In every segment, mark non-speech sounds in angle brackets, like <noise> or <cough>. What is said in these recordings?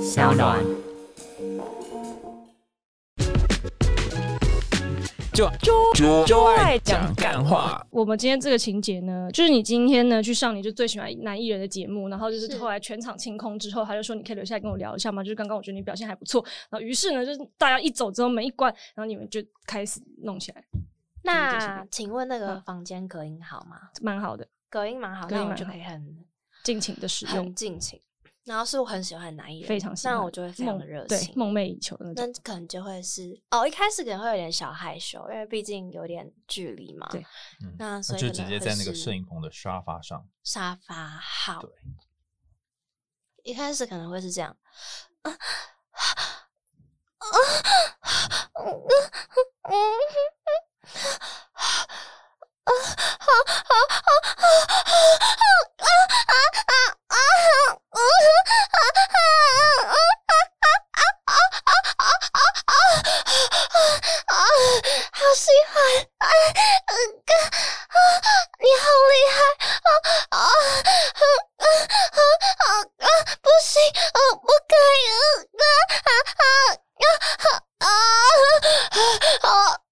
小暖。就就就爱讲干话，我们今天这个情节呢，就是你今天呢去上你就最喜欢男艺人的节目，然后就是是后来全场清空之后，他就说你可以留下来跟我聊一下吗？就是刚刚我觉得你表现还不错，然后于是呢，就是大家一走之后门一关，然后你们就开始弄起来，那请问那个嗯房间隔音好吗？蛮好的，隔音蛮好，隔音那我蛮就可好以很尽情的使很用，尽情。然后是我很喜欢的男艺人，非常喜欢，那我就会非常的梦热对情，梦寐以求的那那种。可能就会是哦，一开始可能会有点小害羞，因为毕竟有点距离嘛。对嗯那所以就可直能接会在那个是摄影棚的沙发 <laughs> 上，沙发好。对一开始可能会是这样，好喜欢，啊啊哥，啊你好厉害，啊啊啊啊啊啊！不行，啊不可以，啊啊啊啊啊啊！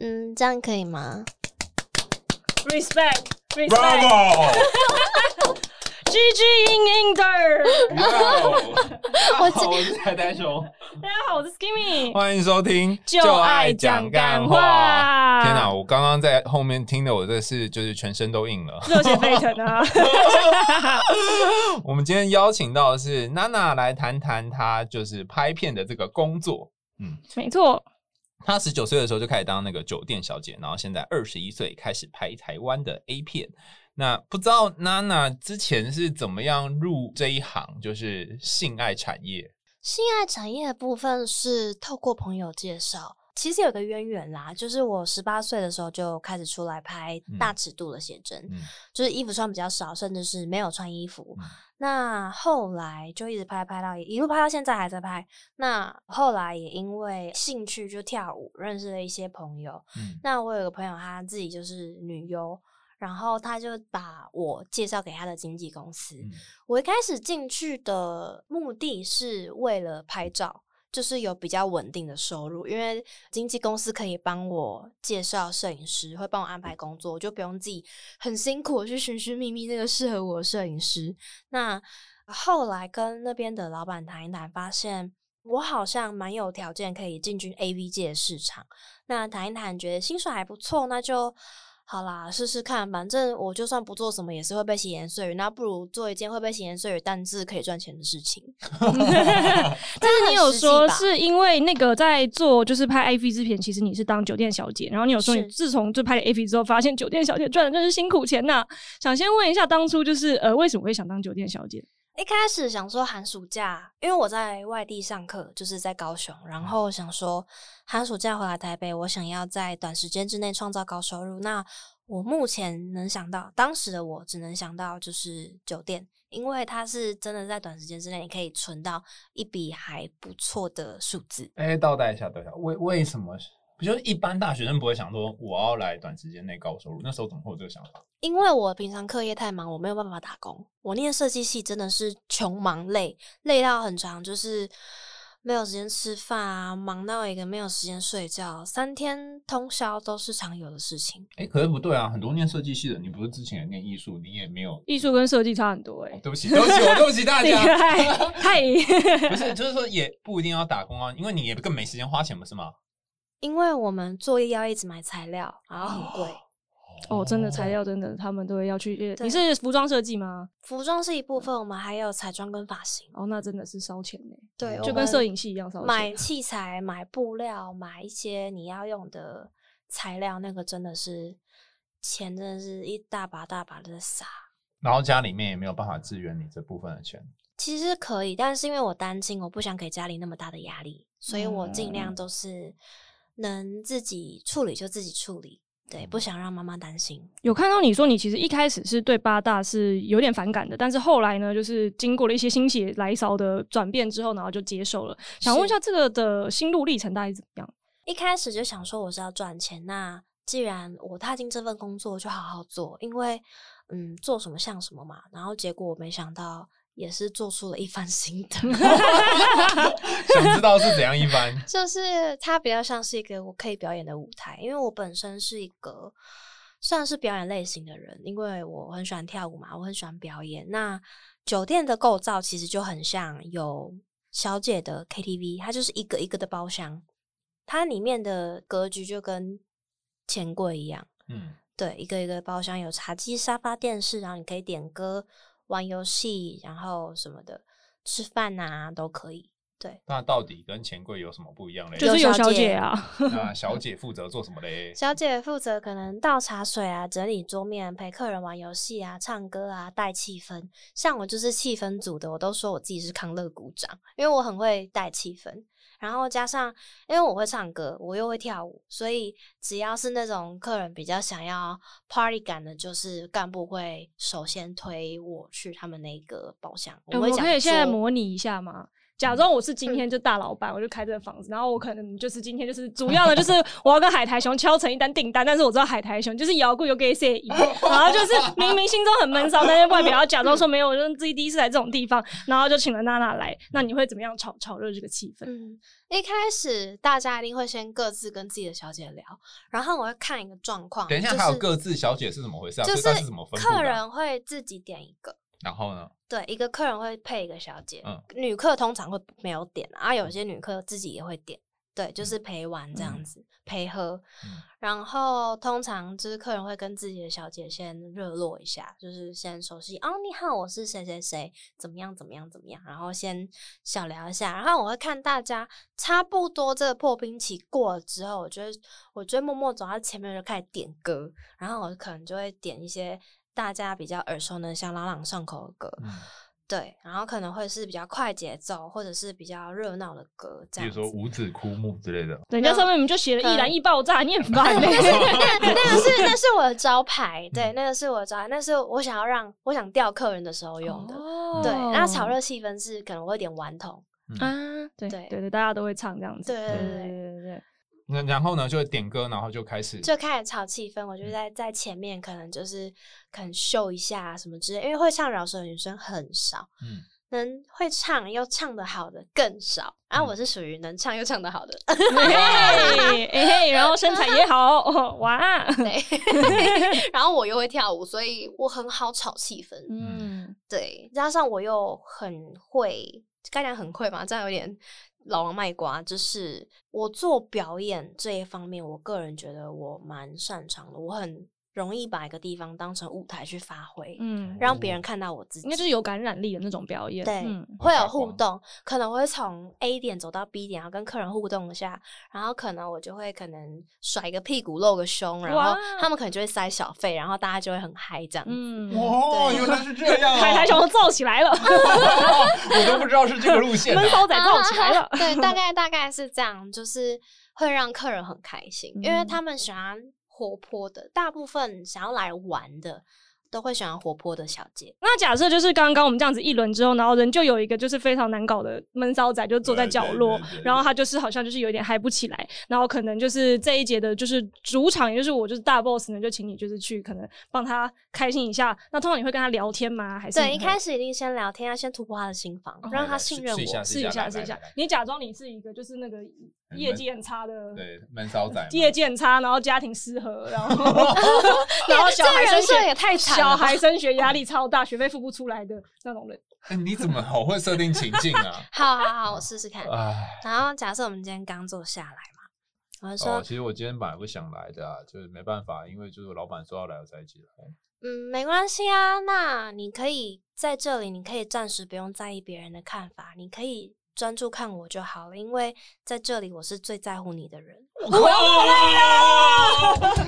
嗯，这样可以吗？ respect respect ，Bravo！ G G 英英的，我好，哦我是海带熊，大家好，我是 Skimmy， <laughs> 欢迎收 <laughs> 听就爱讲干话天哪，我刚刚在后面听的，我这是就是全身都硬了。 <laughs> 热血沸腾 <laughs> 啊！我们今天邀请到的是娜娜来谈谈她就是拍片的这个工作。没 <laughs> 错，她十九岁的时候就开始当那个酒店小姐，然后现在二十一岁开始拍台湾的 A 片。那不知道娜娜之前是怎么样入这一行，就是性爱产业？性爱产业的部分是透过朋友介绍，其实有个渊源啦，就是我十八岁的时候就开始出来拍嗯大尺度的写真，嗯就是衣服穿比较少，甚至是没有穿衣服。嗯那后来就一直拍拍到一路拍到现在还在拍。那后来也因为兴趣就跳舞，认识了一些朋友。嗯那我有个朋友，他自己就是女优。然后他就把我介绍给他的经纪公司，嗯我一开始进去的目的是为了拍照，就是有比较稳定的收入，因为经纪公司可以帮我介绍摄影师，会帮我安排工作，我就不用自己很辛苦地去寻寻觅觅那个适合我的摄影师。那后来跟那边的老板谈一谈，发现我好像蛮有条件可以进军 AV 界的市场。那谈一谈，觉得薪水还不错，那就好啦，试试看。反正我就算不做什么，也是会被闲言碎语。那不如做一件会被闲言碎语，但是可以赚钱的事情。但但是你有说是因为那个在做就是拍 AV 之前，其实你是当酒店小姐，然后你有说你是自从就拍了 AV 之后，发现酒店小姐赚的真是辛苦钱呐、想先问一下，当初就是呃为什么会想当酒店小姐？一开始想说寒暑假，因为我在外地上课，就是在高雄，然后想说寒暑假回来台北，我想要在短时间之内创造高收入。那我目前能想到，当时的我只能想到就是酒店，因为它是真的在短时间之内，你可以存到一笔还不错的数字。哎，倒带一下，倒带一下，为为什么？不就是一般大学生不会想说我要来短时间内高收入？那时候怎么会有这个想法？因为我平常课业太忙，我没有办法打工。我念设计系真的是穷忙累，累到很长，就是没有时间吃饭啊，忙到一个没有时间睡觉，三天通宵都是常有的事情。哎，可是不对啊，很多念设计系的，你不是之前也念艺术，你也没有。艺术跟设计差很多哎、哦对不起，对不起，我对不起大 <laughs> 厉害家。太不是，就是说也不一定要打工啊，因为你也更没时间花钱，不是吗？因为我们作业要一直买材料，然后很贵。哦，真的材料真的他们都会要去。对你是服装设计吗？服装是一嗯部分，我们还有彩妆跟发型，哦，那真的是烧钱呢、对就跟摄影系一样烧钱。买器材、买布料、买一些你要用的材料，那个真的是钱，真的是一大把大把的撒。然后家里面也没有办法支援你这部分的钱。其实可以，但是因为我单亲，我不想给家里那么大的压力，所以我尽量嗯都是能自己处理就自己处理，对，不想让妈妈担心。有看到你说你其实一开始是对八大是有点反感的，但是后来呢，就是经过了一些心血来潮的转变之后，然后就接受了。想问一下这个的心路历程大概是怎么样？一开始就想说我是要赚钱，那既然我踏进这份工作，就好好做，因为嗯做什么像什么嘛，然后结果我没想到也是做出了一番心得，？想知道是怎样一番就是它比较像是一个我可以表演的舞台，因为我本身是一个算是表演类型的人，因为我很喜欢跳舞嘛，我很喜欢表演。那酒店的构造其实就很像有小姐的 KTV，它就是一个一个的包厢，它里面的格局就跟钱柜一样，嗯，对，一个一个包厢有茶几、沙发、电视，然后你可以点歌、玩游戏，然后什么的，吃饭啊都可以。那到底跟钱柜有什么不一样嘞？就是有有小小姐姐啊，那小姐负责做什么嘞？小姐负责可能倒茶水啊、整理桌面、陪客人玩游戏啊、唱歌啊、带气氛。像我就是气氛组的，我都说我自己是康乐鼓掌，因为我很会带气氛。然后加上，因为我会唱歌，我又会跳舞，所以只要是那种客人比较想要 party 感的，就是干部会首先推我去他们那个包厢。嗯我会们讲可以现在说嗯模拟一下吗？假装我是今天就大老板，我就开这个房子，然后我可能就是今天就是主要的 <laughs> 就是我要跟海苔熊敲成一单订单，但是我知道海苔熊就是摇过有给谁赢，然后就是明明心中很闷骚，但是外表要假装说没有，我就是自己第一次来这种地方，然后就请了娜娜来，那你会怎么样炒炒热这个气氛？嗯，一开始大家一定会先各自跟自己的小姐聊，然后我会看一个状况。等一下，就还有是各自小姐是怎么回事啊？就这段是怎么分布客的啊？人会自己点一个，然后呢？对，一个客人会配一个小姐，嗯女客通常会没有点啊，有些女客自己也会点，对，就是陪玩这样嗯子、陪喝，嗯然后通常就是客人会跟自己的小姐先热络一下，就是先熟悉哦，你好，我是谁谁谁，怎么样怎么样怎么样，然后先小聊一下，然后我会看大家差不多这个破冰期过了之后，我就会我就会默默走到前面就开始点歌，然后我可能就会点一些大家比较耳熟能详、朗朗上口的歌，嗯，对，然后可能会是比较快节奏或者是比较热闹的歌，这比样如说子。五子枯木之类的。人家上面你们就写了易燃易爆炸， <laughs> 你很烦欸嘞、那 <laughs> 那 <laughs> 个是那是我的招牌，嗯对，那个是我的招牌，那是我想要让我想钓客人的时候用的。对，然后哦炒热气氛是可能我会点顽童，啊，对对对对，大家都会唱这样子，对对对对对对对对。那然后呢，就点歌，然后就开始。就开始炒气氛。嗯我就在在前面可能就是可能秀一下啊什么之类，因为会唱饶舌的女生很少，嗯，能会唱又唱得好的更少。嗯然、后我是属于能唱又唱得好的， <laughs> 嘿，嘿嘿，然后身材也好，哦哇，对，然后我又会跳舞，所以我很好炒气氛。嗯，对，加上我又很会，该讲很会嘛，这样有点老王卖瓜。就是我做表演这一方面，我个人觉得我蛮擅长的，我很容易把一个地方当成舞台去发挥，嗯，让别人看到我自己。应该就是有感染力的那种表演，对，嗯会发有互光动，可能我会从 A 点走到 B 点，然后跟客人互动一下，然后可能我就会可能甩个屁股露个胸，然哇哦后他们可能就会塞小费，然后大家就会很嗨这样子。嗯，哦，对，原来是这样、啊。海苔熊造起来了，我都不知道是这个路线的、闷骚仔造起来了 <laughs> <laughs> 对，大概大概是这样，就是会让客人很开心，因为嗯他们喜欢活泼的，大部分想要来玩的都会喜欢活泼的小姐。那假设就是刚刚我们这样子一轮之后，然后人就有一个就是非常难搞的闷骚仔，就坐在角落对对对，对然后他就是好像就是有点嗨不起来，然后可能就是这一节的就是主场，也就是我就是大 boss 呢，就请你就是去可能帮他开心一下。那通常你会跟他聊天吗？还是对，一开始始一定先聊天，要先突破他的心房，哦嗯让来他来信试任试一下我。试试一下来试一下来来，你假装你是一个就是那个业绩很差的，对，闷骚仔嘛。业绩很差，然后家庭失 <laughs> 和，然后 <laughs> 然后小这个孩升人设学也太惨小了吧？孩升学压力超大，学费付不出来的那种人。哎你怎么好会设定情境啊好好 <laughs> 好，我试试看。哎，然后假设我们今天刚坐下来嘛，我就说、哦，其实我今天本来不想来的、啊，就是没办法，因为就是我老板说要来，我才一起来。嗯，没关系啊。那你可以在这里，你可以暂时不用在意别人的看法，你可以专注看我就好了，因为在这里我是最在乎你的人。哇！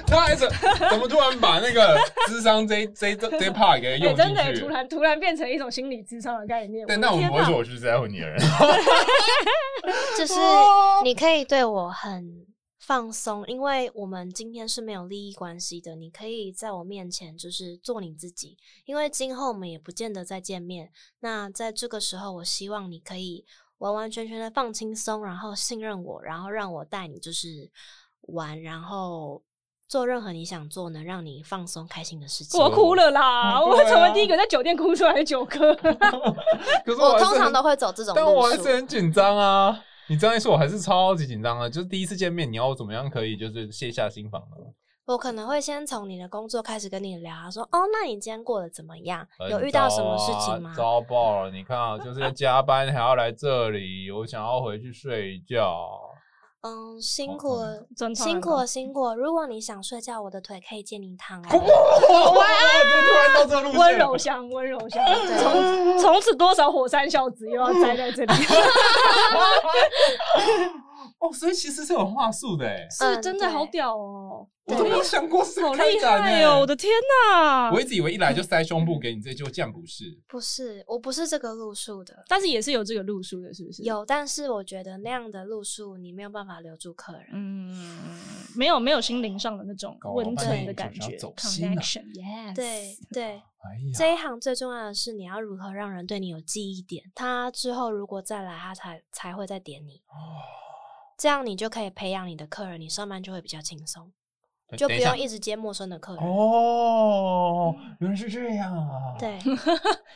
<laughs> 他还是怎么突然把那个智商这一这一这一 part 给哎、 <laughs> 用进真的、去？突然突然变成一种心理智商的概念。对，的那我天不会哪说我是在乎你的人。啊就是你可以对我很放松，因为我们今天是没有利益关系的。你可以在我面前就是做你自己，因为今后我们也不见得再见面。那在这个时候，我希望你可以完完全全的放轻松，然后信任我，然后让我带你就是玩，然后做任何你想做能让你放松开心的事情。我哭了啦！嗯我对啊成为第一个在酒店哭出来的酒哥。可是我还是通常很都会走这种但我路还是数。很紧张啊。你这样一说，我还是超级紧张啊！就是第一次见面，你要我怎么样可以就是卸下心防呢？我可能会先从你的工作开始跟你聊啊，说哦，那你今天过得怎么样？有遇到什么事情吗很？糟啊糟爆了！你看啊，就是加班还要来这里，我想要回去睡一觉。嗯，辛哦苦嗯了，真的辛苦了，辛苦了。如果你想睡觉，我的腿可以借你躺 <laughs> 哦。哇！怎么突然到这个路线？温柔乡，温柔 <laughs> 乡，从从此多少火山孝子又要栽在 <laughs> 这里， <laughs> 啊 <laughs> 哦，所以其实是有话术的哎，嗯是真的好屌哦，我都没有想过是好开厉展害欸哦！我的天哪我！一直以为一来就塞胸部给你，这就这样不是？不是，我不是这个路数的。但是也是有这个路数的，是不是？，有，但是我觉得那样的路数，你没有办法留住客人。嗯，没有没有心灵上的那种搞温半存天的你感就是要觉走心啊，connection，yes，对对，哎呀，这一行最重要的是你要如何让人对你有记忆点，他之后如果再来，他才才会再点哦你，这样你就可以培养你的客人，你上班就会比较轻松，就不哎等一下用一直接陌生的客人。哦，原来是这样啊！， <laughs> 对，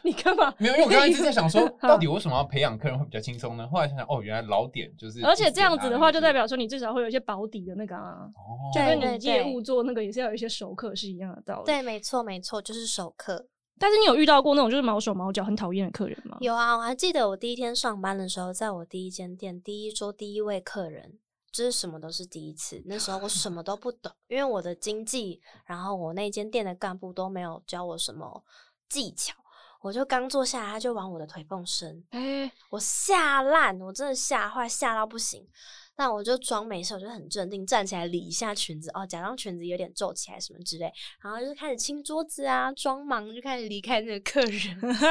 你干嘛？没有，因为我刚刚一直在想说，到底为什么要培养客人会比较轻松呢？后来想想，哦，原来老点就是， <laughs> 而且这样子的话，就代表说你至少会有一些保底的那个啊，哦，就对跟你业务做那个也是要有一些熟客是一样的道理。对，没错没错，就是熟客。但是你有遇到过那种就是毛手毛脚、很讨厌的客人嗯吗？有啊，我还记得我第一天上班的时候，在我第一间店第一桌第一位客人，就是什么都是第一次。那时候我什么都不懂，因为我的经济，然后我那间店的干部都没有教我什么技巧，我就刚坐下来，他就往我的腿蹦伸，哎、我吓烂，我真的吓坏，吓到不行。但我就装没事，我就很镇定，站起来理一下裙子，哦，假装裙子有点皱起来什么之类，然后就是开始清桌子啊，装忙，就开始离开那个客人。 <laughs>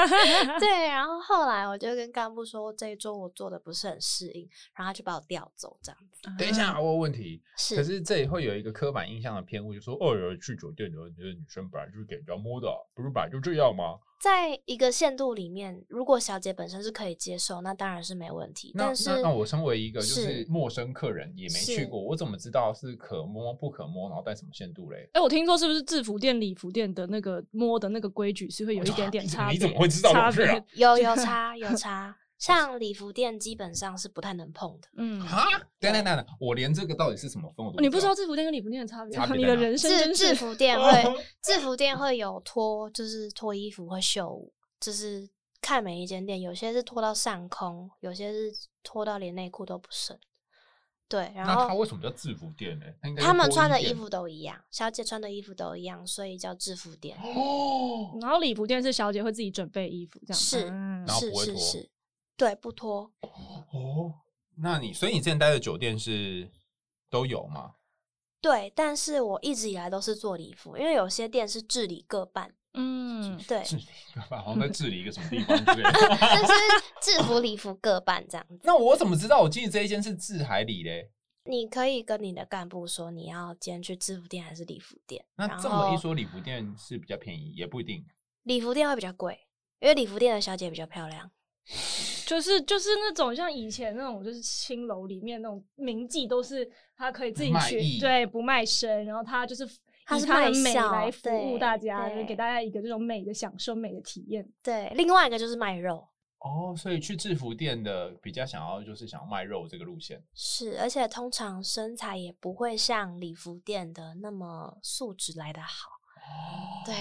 对，然后后来我就跟干部说，这一桌我做的不是很适应，然后他就把我调走，这样子。等一下，我有问题。是，可是这也会有一个刻板印象的偏误，就说哦，有人去酒店的那个女生本来就是给人家摸的，啊不是本来就这样吗？在一个限度里面，如果小姐本身是可以接受，那当然是没问题。那但是那那我身为一个就是是陌生客人，也没去是过，我怎么知道是可摸不可摸，然后带什么限度嘞？哎、我听说是不是制服店、礼服店的那个摸的那个规矩是会有一点点差别？啊你怎么会知道这差种事别啊？有 <laughs> 有差有差，像礼服店基本上是不太能碰的。嗯，啊？等等等等，我连这个到底是什么分我都你不知知道道。制服店跟礼服店的差别差吗，别你在的哪人生制真制是服店会，制服店会有脱，就是脱衣服会秀舞，就是看每一间店，有些是脱到上空，有些是脱到连内裤都不剩。对，然那他后为什么叫制服店呢？那应该是他们脱穿的店衣服都一样，小姐穿的衣服都一样，所以叫制服店。哦，然后礼服店是小姐会自己准备衣服，这样是嗯然后是不会是脱是，对，不脱。哦，那你所以你之前待的酒店是都有吗？对，但是我一直以来都是做礼服，因为有些店是治理各半，嗯，对，治理一个吧，好像在治理一个什么地方之类 <laughs> 的。但 <laughs> 是制服礼服各半这样子。那我怎么知道？我记得这一间是治海里嘞。你可以跟你的干部说，你要今天去制服店还是礼服店。那然这么一后说，礼服店是比较便宜，也不一定。礼服店会比较贵，因为礼服店的小姐比较漂亮。就是就是那种像以前那种就是青楼里面那种名妓，都是她可以自己卖艺去对不卖身，然后她就是她以是她的卖美笑来服务对大家，对就是给大家一个这种美的享受、美的体验。对，另外一个就是卖肉，哦，所以去制服店的比较想要就是想要卖肉这个路线。是，而且通常身材也不会像礼服店的那么素质来得好。哦 <laughs> 对，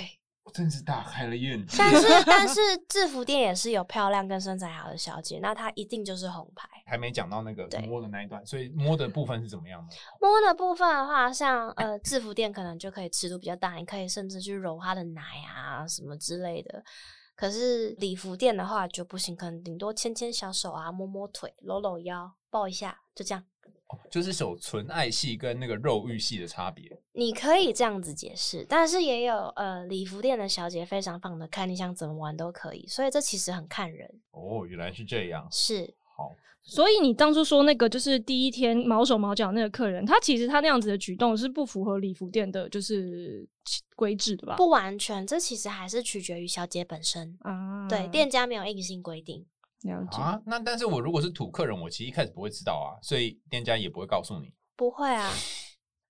我真是大开了眼界。但是但是制服店也是有漂亮跟身材好的小姐，那她一定就是红牌。还没讲到那个对摸的那一段，所以摸的部分是怎么样的？摸的部分的话，像呃制服店可能就可以尺度比较大，你可以甚至去揉她的奶啊什么之类的。可是礼服店的话就不行，可能顶多牵牵小手啊，摸摸腿，搂搂腰，抱一下，就这样。哦就是手纯爱系跟那个肉欲系的差别。你可以这样子解释，但是也有呃礼服店的小姐非常放得开，你想怎么玩都可以，所以这其实很看人。哦，原来是这样。是好，所以你当初说那个就是第一天毛手毛脚那个客人，他其实他那样子的举动是不符合礼服店的，就是规制的吧？不完全，这其实还是取决于小姐本身。啊，对，嗯店家没有硬性规定。了解。啊，那但是我如果是土客人，我其实一开始不会知道啊，所以店家也不会告诉你。不会啊，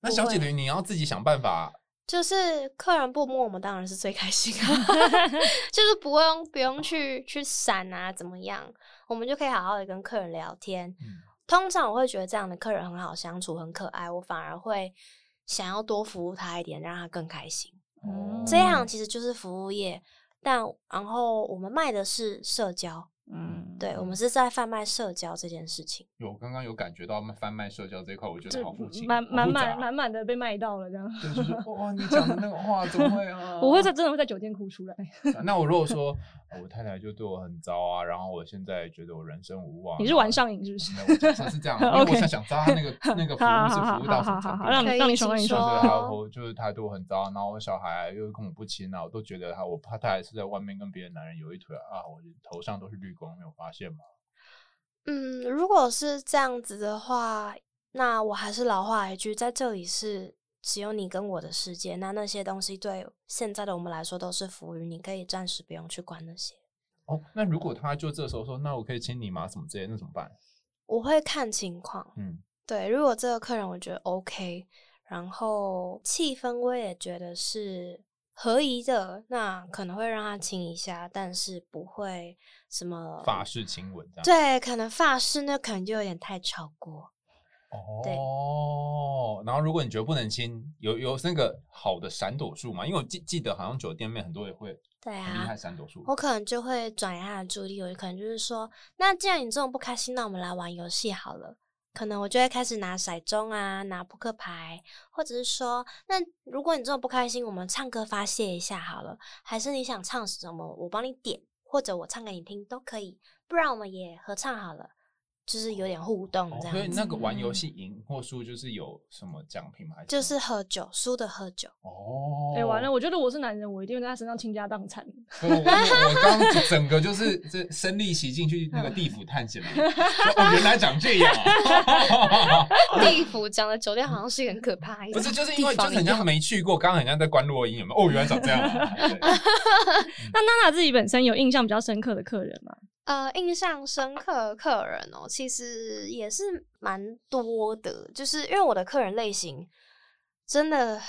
那小姐等于你要自己想办法，就是客人不摸我们，当然是最开心啊，就是不用不用去去闪啊，怎么样，我们就可以好好的跟客人聊天。嗯通常我会觉得这样的客人很好相处，很可爱，我反而会想要多服务他一点，让他更开心。嗯哦这样其实就是服务业，但然后我们卖的是社交，嗯，对我们是在贩卖社交这件事情。有刚刚有感觉到贩卖社交这一块，我觉得就好父亲，满好满复杂啊满满满的被卖到了这样。对，就是哇，你讲的那个话怎么会 <laughs> 啊？我会在真的会在酒店哭出来，那我如果说呃我太太就对我很糟啊，然后我现在觉得我人生无望，你是晚上瘾是不是？没有？哦我假设 <laughs> 是这样，因为 OK 我想想知道他那 <laughs> 个那个服务是服务到什么好好程好好好度。啊哦好让可你以让你爽，让请你就说是爽。他我就是态度很糟，然后我小孩又跟我不亲啊，我都觉得他我怕他还是在外面跟别的男人有一腿啊，啊我头上都是绿光，没有发现吗？嗯，如果是这样子的话，那我还是老话一句，在这里是只有你跟我的世界，那那些东西对现在的我们来说都是浮云，你可以暂时不用去管那些。哦，那如果他就这时候说，那我可以亲你吗？什么之类的，那怎么办？我会看情况，嗯，对，如果这个客人我觉得 OK，然后气氛我也觉得是合宜的，那可能会让他亲一下，但是不会什么法式亲吻这样。对，可能发饰那可能就有点太超过。对哦，然后如果你觉得不能亲，有有那个好的闪躲术嘛？因为我记记得好像酒店妹很多也会对很厉害啊，闪躲术。我可能就会转移他的注意力，我可能就是说，那既然你这么不开心，那我们来玩游戏好了。可能我就会开始拿骰盅啊，拿扑克牌，或者是说，那如果你这么不开心，我们唱歌发泄一下好了。还是你想唱什么，我帮你点，或者我唱给你听都可以。不然我们也合唱好了，就是有点互动哦这样所以子。那个玩游戏赢或输就是有什么奖品吗？还嗯就什是么喝酒，输的喝酒。哦，哎，完了，我觉得我是男人，我一定会在他身上倾家荡产。所以我我我刚刚整个就是这身临其境去嗯那个地府探险了。哦，原来长这样啊！ <laughs> 地府讲的酒店好像是很可怕一不样，是，就是因为地就方是很一样像没去过，刚刚很像在关落音，有没有？哦，原来长这样啊！ <laughs> 对那娜娜自己本身有印象比较深刻的客人吗？呃，印象深刻的客人哦，其实也是蛮多的，就是因为我的客人类型真的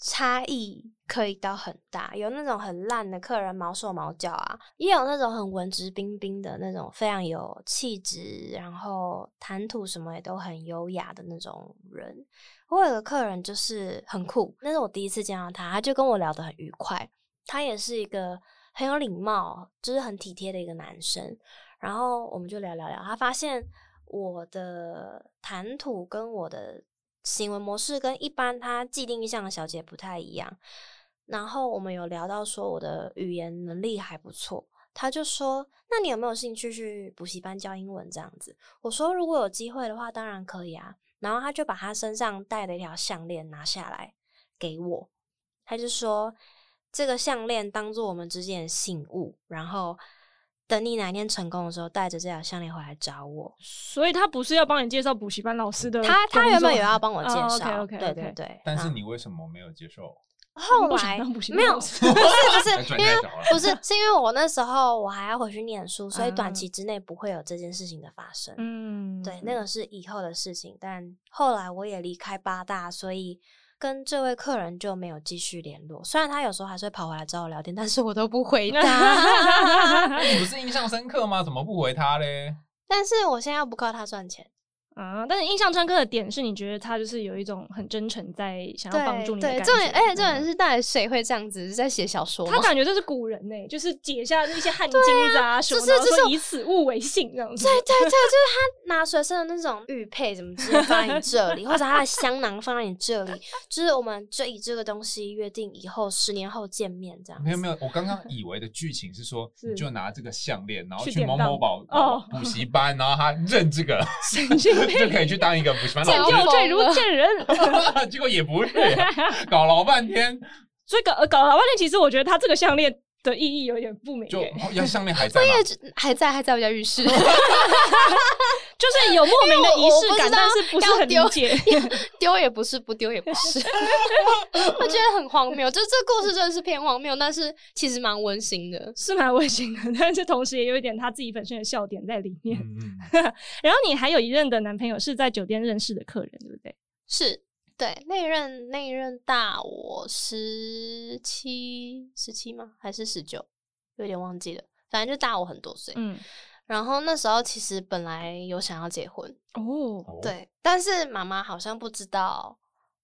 差异可以到很大，有那种很烂的客人毛手毛脚啊，也有那种很文质彬彬的那种非常有气质，然后谈吐什么也都很优雅的那种人。我有个客人就是很酷，那是我第一次见到他，他就跟我聊得很愉快，他也是一个很有礼貌，就是很体贴的一个男生。然后我们就聊聊聊，他发现我的谈吐跟我的行为模式跟一般他既定印象的小姐不太一样。然后我们有聊到说我的语言能力还不错，他就说：“那你有没有兴趣去补习班教英文这样子？”我说：“如果有机会的话，当然可以啊。”然后他就把他身上戴的一条项链拿下来给我，他就说这个项链当做我们之间的信物，然后等你哪一天成功的时候，带着这条项链回来找我。所以他不是要帮你介绍补习班老师的工作，他他原本有要帮我介绍，哦，OK，OK，OK 对对对。但是 <laughs> 然你为什么没有接受？后不想 <laughs> 来当补习班没有，老不师是哎不是，转因为太小了不是是因为我那时候我还要回去念书，所以啊短期之内不会有这件事情的发生。嗯， <laughs> 对，那个是以后的事情。但后来我也离开八大，所以跟这位客人就没有继续联络。虽然他有时候还是会跑回来找我聊天，但是我都不回答。那你不是印象深刻吗？怎么不回他嘞？但是我现在又不靠他赚钱，啊，但是印象深刻的点是，你觉得他就是有一种很真诚在想要帮助对你的感对，重点，觉。而且重点是，到底谁会这样子？是在写小说他吗？感觉这是古人呢、就是解下那些汗巾子啊什么的，这然是后这是说以此物为信这样子。对对对，就是 <laughs> 他拿随身的那种玉佩，怎么直接放在你这里，或者他的香囊放在你这里，就是我们就以这个东西约定以后十年后见面这样子。没有没有，我刚刚以为的剧情是说，是你就拿这个项链，然后去去典某当某宝哦补习班，然后他认这个，神经病就可以去当一个补习班见老这样酒就醉如见人。师。 <laughs> 结果也不是，啊搞老半天，所以搞呃搞了半天，其实我觉得他这个项链的意义有点不明、 <laughs> 就欸，哦要项链还在吗？还在还在我家浴室， <laughs> 就是有莫名的因为仪我式感，我不知道但是不是很理解。丢也不是，不丢也不 <laughs> 是，我觉得很荒谬。就这故事真的是偏荒谬，但是其实蛮温馨的。 <laughs> 是蛮温馨的，但是同时也有一点他自己本身的笑点在里面。嗯嗯，然后你还有一任的男朋友是在酒店认识的客人，对不对？是对，那一任那一任大我十七十七吗？还是十九？有点忘记了，反正就大我很多岁。嗯，然后那时候其实本来有想要结婚，哦，哦，对，但是妈妈好像不知道，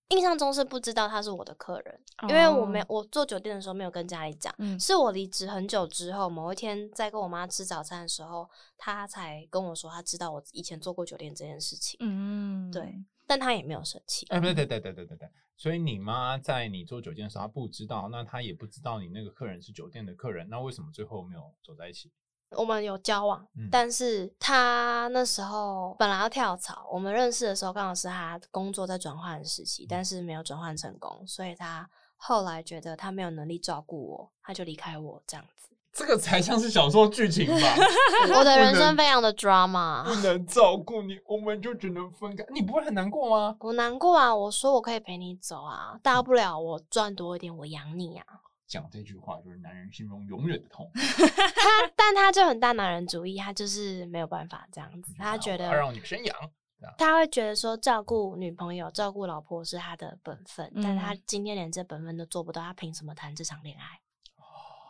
印象中是不知道他是我的客人，因为我没哦我做酒店的时候没有跟家里讲，嗯是我离职很久之后，某一天在跟我妈吃早餐的时候，她才跟我说她知道我以前做过酒店这件事情，嗯，对但她也没有生气，哎，不对，对对对对对对，所以你妈在你做酒店的时候，她不知道，那她也不知道你那个客人是酒店的客人，那为什么最后没有走在一起？我们有交往，嗯但是他那时候本来要跳槽，我们认识的时候刚好是他工作在转换的时期，但是没有转换成功，所以他后来觉得他没有能力照顾我，他就离开我这样子。？这个才像是小说剧情 <laughs> 吧我的人生被非常的 drama，不能照顾你，我们就只能分开。你不会很难过吗？我难过啊！我说我可以陪你走啊，大不了我赚多一点，我养你啊。讲这句话就是男人心中永远的痛。他但他就很大男人主义，他就是没有办法这样子，他觉要得让女生养，他会觉得说照顾女朋友、照顾老婆是他的本分，但他嗯今天连这本分都做不到，他凭什么谈这场恋爱？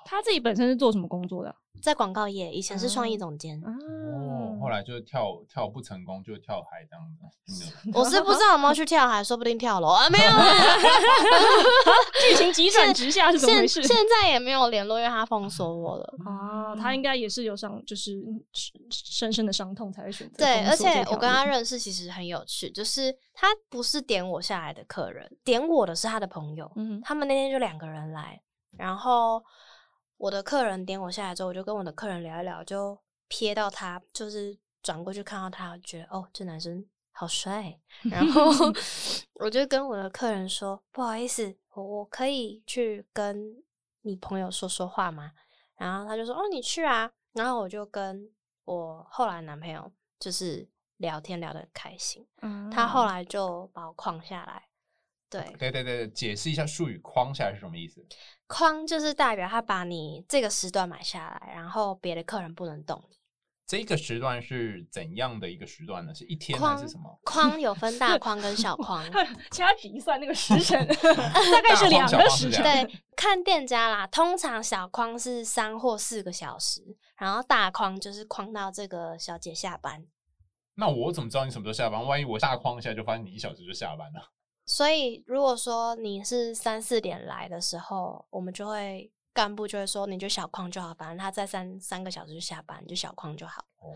他自己本身是做什么工作的？啊在广告业，以前是创意哦总监，哦，嗯后来就是跳跳不成功就跳海这样子，我是不知道有没有去跳海，说不定跳楼啊，没有 <laughs> 啦剧情急转直下是怎么现回事？现在也没有联络，因为他封锁我了。啊，嗯他应该也是有伤，就是深深的伤痛才会选择对，封而锁这且条我跟他路认识其实很有趣，就是他不是点我下来的客人，点我的是他的朋友，嗯他们那天就两个人来，然后我的客人点我下来之后，我就跟我的客人聊一聊，就瞥到他，就是转过去看到他，觉得哦，这男生好帅，然后我就跟我的客人说，不好意思，我我可以去跟你朋友说说话吗？然后他就说：“哦，你去啊。”然后我就跟我后来男朋友就是聊天聊得很开心，哼，啊他 <laughs> 后来，来就把我框下来。对， <laughs> 对对对，解释一下术语“框下来”是什么意思？框就是代表他把你这个时段买下来，然后别的客人不能动你。这个时段是怎样的一个时段呢？是一天还框是什么？框有分大框跟小框掐指一算，那个时 <laughs> 辰大概是两大个框时小框辰，对，看店家啦。通常小框是三或四个小时，然后大框就是框到这个小姐下班。那我怎么知道你什么时候下班？万一我大框一下就发现你一小时就下班了，所以，如果说你是三四点来的时候，我们就会干部就会说，你就小框就好，反正他在三三个小时就下班，你就小框就好。哦，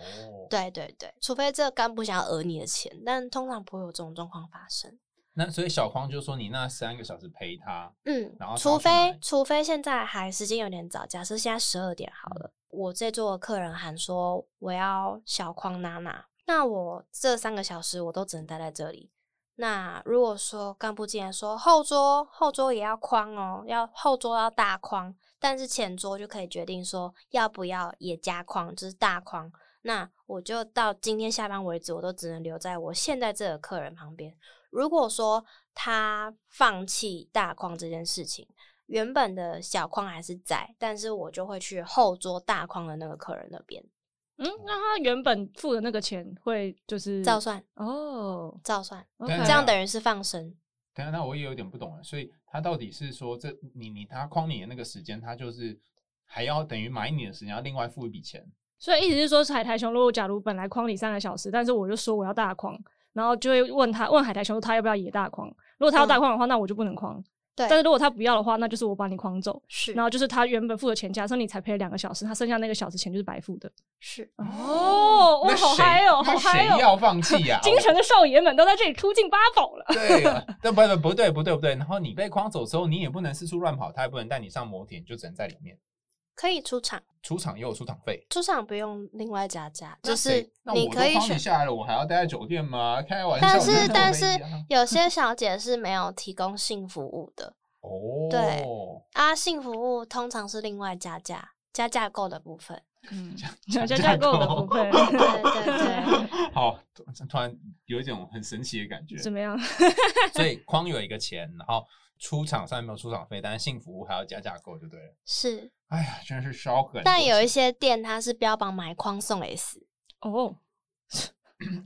对对对，除非这个干部想要讹你的钱，但通常不会有这种状况发生。那所以小框就说你那三个小时陪他，嗯然后，他除要去哪非里除非现在还时间有点早，假设现在十二点好嗯了，我这桌的客人喊说我要小框娜娜，那我这三个小时我都只能待在这里。那如果说干部竟然说后桌后桌也要框哦，要后桌要大框，但是前桌就可以决定说要不要也加框，就是大框。那我就到今天下班为止，我都只能留在我现在这个客人旁边。如果说他放弃大框这件事情，原本的小框还是在，但是我就会去后桌大框的那个客人那边嗯，那他原本付的那个钱会就是嗯照算，哦照算， ，OK，对这样等于是放生。等一下，那我也有点不懂了，所以他到底是说这你你他框你的那个时间，他就是还要等于买你的时间，要另外付一笔钱，所以意思是说，海苔熊如果假如本来框你三个小时，但是我就说我要大框，然后就会问他问海苔熊他要不要也大框。如果他要大框的话，那我就不能框。嗯对但是如果他不要的话，那就是我把你框走。是然后就是他原本付的钱，假设你才赔两个小时，他剩下那个小时钱就是白付的。是，哦，哇，那好谁嗨哦，那好嗨谁要啊哦！放弃呀、精神的少爷们都在这里出尽八宝了。对啊，但不不不对不对不对，然后你被框走之后，你也不能四处乱跑，他也不能带你上摩铁，你就只能在里面。可以出场，出场也有出场费，出场不用另外加价，那就谁是那你我可都以框选你。下来了，我还要待在酒店吗？开玩笑，但我真是的没但啊是一样 <laughs> 有些小姐是没有提供性服务的哦，对啊，性服务通常是另外加价，加架构的部 <laughs> 分。嗯，讲这架架构的构部分对对对，好，突突然有一种很神奇的感觉。 <laughs> 怎么 <laughs> 样？所以框有一个钱，然后出场虽然没有出场费，但是性服务还要加价购，就对了。是。哎呀，真是烧很多钱。但有一些店它是标榜买框送 S，哦，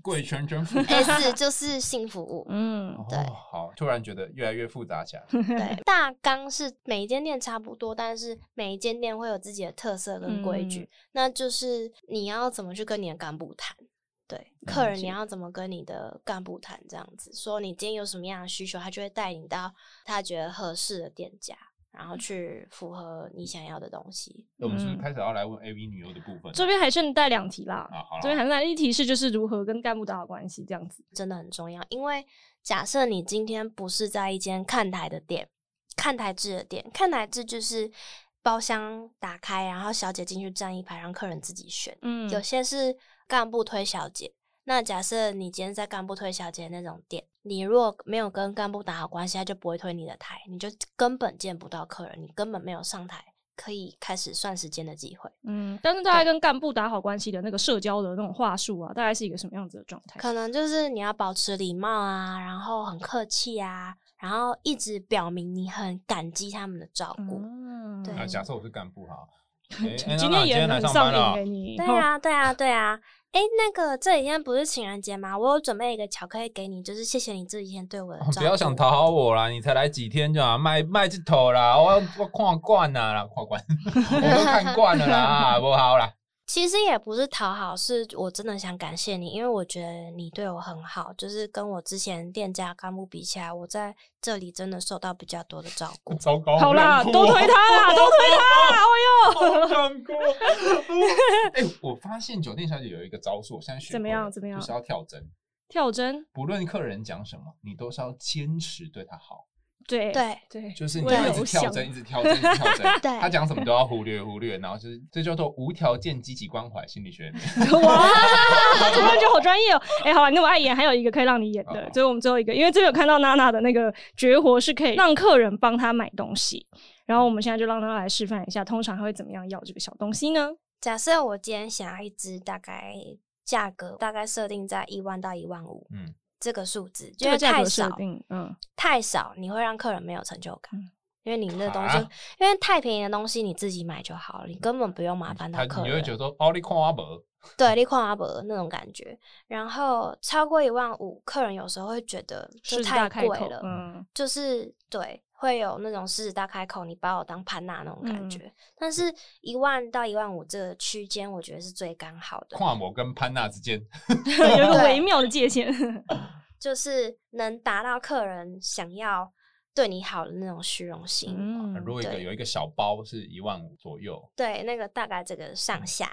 贵圈真 <laughs> 复杂。 S 就是性服务，嗯，对哦，好，突然觉得越来越复杂起来。对，大纲是每一间店差不多，但是每一间店会有自己的特色跟规矩，那就是你要怎么去跟你的干部谈。对，客人你要怎么跟你的干部谈这样子，说你今天有什么样的需求，他就会带你到他觉得合适的店家，然后去符合你想要的东西。那我们是不是开始要来问 AV 女优的部分？嗯这边还剩带两题啦，啊，好这了，边还剩带一题是就是如何跟干部打好关系这样子。真的很重要，因为假设你今天不是在一间看台的店，看台制的店，看台制就是包厢打开，然后小姐进去站一排，让客人自己选。嗯，有些是干部推小姐，那假设你今天在干部推小姐那种店，你如果没有跟干部打好关系，他就不会推你的台，你就根本见不到客人，你根本没有上台可以开始算时间的机会。嗯，但是大概跟干部打好关系的那个社交的那种话术啊，大概是一个什么样子的状态？可能就是你要保持礼貌啊，然后很客气啊，然后一直表明你很感激他们的照顾。嗯，对啊， <laughs> 假设我是干部哈，哎今哎今娜娜天也天来很上上班瘾欸了给。你，对啊，对啊，对啊。哎，那个这几天不是情人节吗？我有准备一个巧克力给你，就是谢谢你这几天对嗯我的照哦顾。不要想讨好我啦，你才来几天就啊，卖卖这头啦，我我看惯了啦，看惯， <laughs> 我都看惯了啦，啊不好啦。其实也不是讨好，是我真的想感谢你，因为我觉得你对我很好，就是跟我之前店家干部比起来，我在这里真的受到比较多的照顾。糟糕，好啊啦，多推他 <laughs> 啦，多推他啦，哎呦，好难 <laughs> 过。哎、我发现酒店小姐有一个招数，我现在学会了怎么样怎么样就是要跳针，跳针，不论客人讲什么，你都是要坚持对他好，对对，。对， <laughs> 就是你温要一柔直跳乡针，一直跳针，一直跳针 <laughs> 对他讲什么都要忽略忽略，然后就是这叫做无条件积极关怀心理学里 <laughs> 面。哇，这边就好专业哦。哎、好吧，你那么爱演，还有一个可以让你演的好，所以我们最后一个，因为这边有看到娜娜的那个绝活是可以让客人帮她买东西，然后我们现在就让她来示范一下，通常她会怎么样要这个小东西呢？假设我今天想要一支，大概价格大概设定在一万到一万五嗯，这个数字，这因个为价太格设少定，嗯，太少，你会让客人没有成就感。嗯因为你那东西啊，因为太便宜的东西你自己买就好了，你根本不用麻烦他到客你就会人觉。得说，哦，你看阿伯，对，立矿阿伯那种感觉。然后超过一万五，客人有时候会觉得这狮子大太开贵口，<laughs> 了，嗯，就是对，会有那种狮子大开口，你把我当潘娜那种嗯感觉。但是一万到一万五这个区间，我觉得是最刚好的，跨我跟潘娜之间，有一个对微妙的界 <laughs> 限，就是能达到客人想要对你好的那种虚荣心。嗯呃如，果一个对有一个小包是一万五左右，对，那个大概这个上下，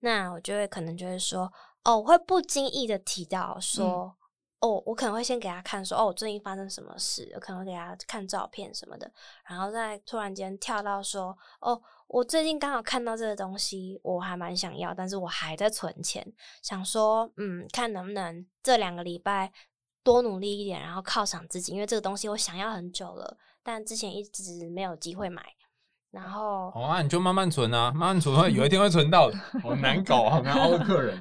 那我就会可能就会说，哦，我会不经意的提到说，哦，我可能会先给他看说，哦，我最近发生什么事，我可能会给他看照片什么的，然后再突然间跳到说，哦，我最近刚好看到这个东西，我还蛮想要，但是我还在存钱，想说，嗯，看能不能这两个礼拜多努力一点，然后犒赏自己，因为这个东西我想要很久了，但之前一直没有机会买。然后好、啊，你就慢慢存啊，慢慢存会有一天会存到 <laughs> 的，好难搞啊，好难熬的客人。